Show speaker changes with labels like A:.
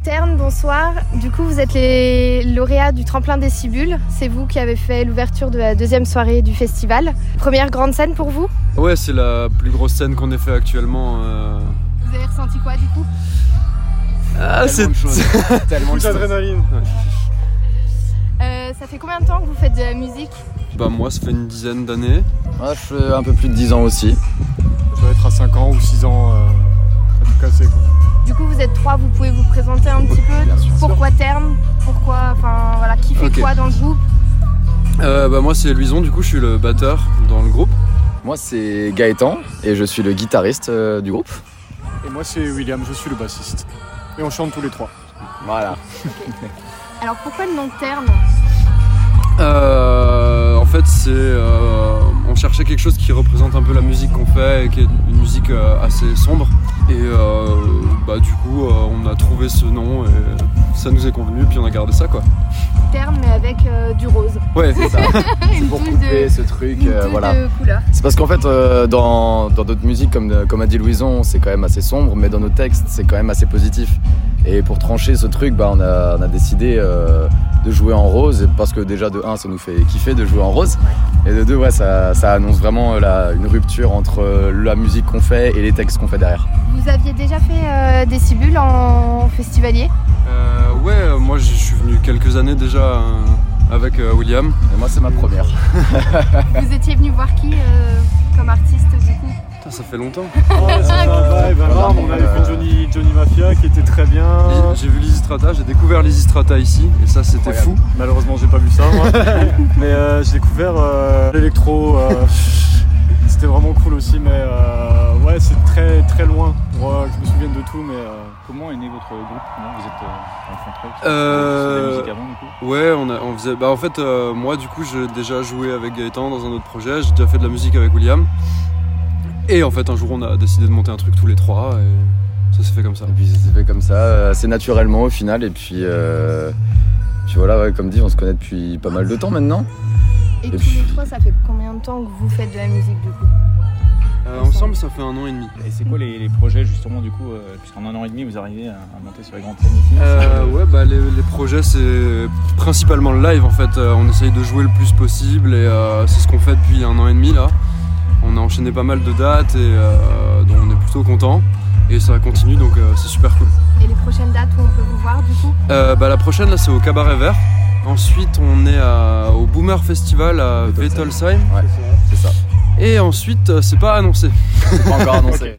A: Lucerne, bonsoir. Du coup, vous êtes les lauréats du tremplin des Cibules. C'est vous qui avez fait l'ouverture de la deuxième soirée du festival. Première grande scène pour vous
B: Ouais, c'est la plus grosse scène qu'on ait fait actuellement. euh.
A: Vous avez ressenti quoi du coup
B: Ah,
C: Tellement de choses. Tellement de
D: Plus
C: choses.
D: d'adrénaline.
A: Euh, Ça fait combien de temps que vous faites de la musique
B: Bah, moi, ça fait une dizaine d'années.
C: Moi, je fais un peu plus de 10 ans aussi.
D: Je dois être à 5 ans ou 6 ans, euh, à tout casser. Quoi.
A: Du coup, vous êtes trois, vous pouvez vous présenter un petit peu
C: bien sûr.
A: Pourquoi Terne Pourquoi, enfin voilà, qui fait
B: Ok.
A: quoi dans le groupe
B: Euh, bah, moi, c'est Luison, du coup, je suis le batteur dans le groupe.
C: Moi, c'est Gaëtan et je suis le guitariste euh, du groupe.
D: Et moi, c'est William, je suis le bassiste. Et on chante tous les trois.
C: Voilà.
A: Alors pourquoi le nom de Terne
B: Euh, en fait, c'est. euh, on cherchait quelque chose qui représente un peu la musique qu'on fait et qui est une musique euh, assez sombre. Et euh, bah, du coup, euh, on a trouvé ce nom et ça nous est convenu, puis on a gardé ça, quoi.
A: Terne, mais avec euh, du rose.
B: Ouais,
C: C'est ça.
A: Une
C: C'est pour
A: touche de,
C: couper ce truc.
A: une
C: euh,
A: touche
C: voilà.
A: de couleur.
C: C'est parce qu'en fait, euh, dans dans d'autres musiques, comme, comme a dit Louison, c'est quand même assez sombre, mais dans nos textes, c'est quand même assez positif. Et pour trancher ce truc, bah, on, a, on a décidé euh, de jouer en rose, parce que déjà, de un, ça nous fait kiffer de jouer en rose, et de deux, ouais, ça, ça annonce vraiment euh, la- une rupture entre euh, la musique qu'on fait et les textes qu'on fait derrière.
A: Vous aviez déjà fait euh, des cibules en festivalier
B: Euh, ouais, euh, moi, je suis venu quelques années déjà euh, avec euh, William.
C: Et moi, c'est ma première.
A: Vous étiez venu voir qui euh, comme artiste du coup
B: Putain, ça fait longtemps.
D: Oh, c'est un vibe énorme. On avait
C: Euh,
D: fait Johnny, Johnny Mafia qui était très bien.
C: Oh.
B: J'ai- J'ai vu Lisistrata, j'ai découvert Lisistrata ici, et ça c'était fou.
C: Incroyable.
D: Malheureusement, j'ai pas vu ça, moi. mais euh, j'ai découvert euh, l'électro. euh, C'était vraiment cool aussi, mais euh, ouais, c'est très très loin pour euh, que je me souvienne de tout. Mais euh,
E: Comment est né votre groupe Comment vous êtes euh, rencontrés Vous
B: Euh,
E: faisiez de la musique avant du coup
C: hein.
B: Ouais, on, a- on faisait. Bah en fait, euh, moi du coup, j'ai déjà joué avec Gaëtan dans un autre projet, j'ai déjà fait de la musique avec William. Et en fait, un jour, on a décidé de monter un truc tous les trois, et ça s'est fait comme ça.
C: Et puis ça s'est fait comme ça, euh, assez naturellement au final. Et puis, euh, puis voilà, ouais, comme dit, on se connaît depuis pas mal de temps maintenant.
A: Et,
C: Et
A: tous
C: puis-
A: les trois, ça fait combien de temps que vous faites de la musique du coup
B: Euh, ensemble, ça fait un an et demi.
E: Et c'est quoi les, les projets justement du coup euh, Puisqu'en un an et demi vous arrivez à, à monter sur les grandes scènes ici
B: Euh, ouais, bah les, les projets, c'est principalement le live en fait. Euh, on essaye de jouer le plus possible, et euh, c'est ce qu'on fait depuis un an et demi là. On a enchaîné pas mal de dates, et euh, donc on est plutôt content. Et ça continue, donc euh, c'est super cool.
A: Et les prochaines dates où on peut vous voir du coup
B: Euh, bah, la prochaine, là, c'est au Cabaret Vert. Ensuite, on est à- au Boomer Festival à
C: Wettelsheim.
B: Wettelsheim.
C: Ouais, c'est ça.
B: Et ensuite, euh, c'est pas annoncé.
C: C'est pas encore annoncé.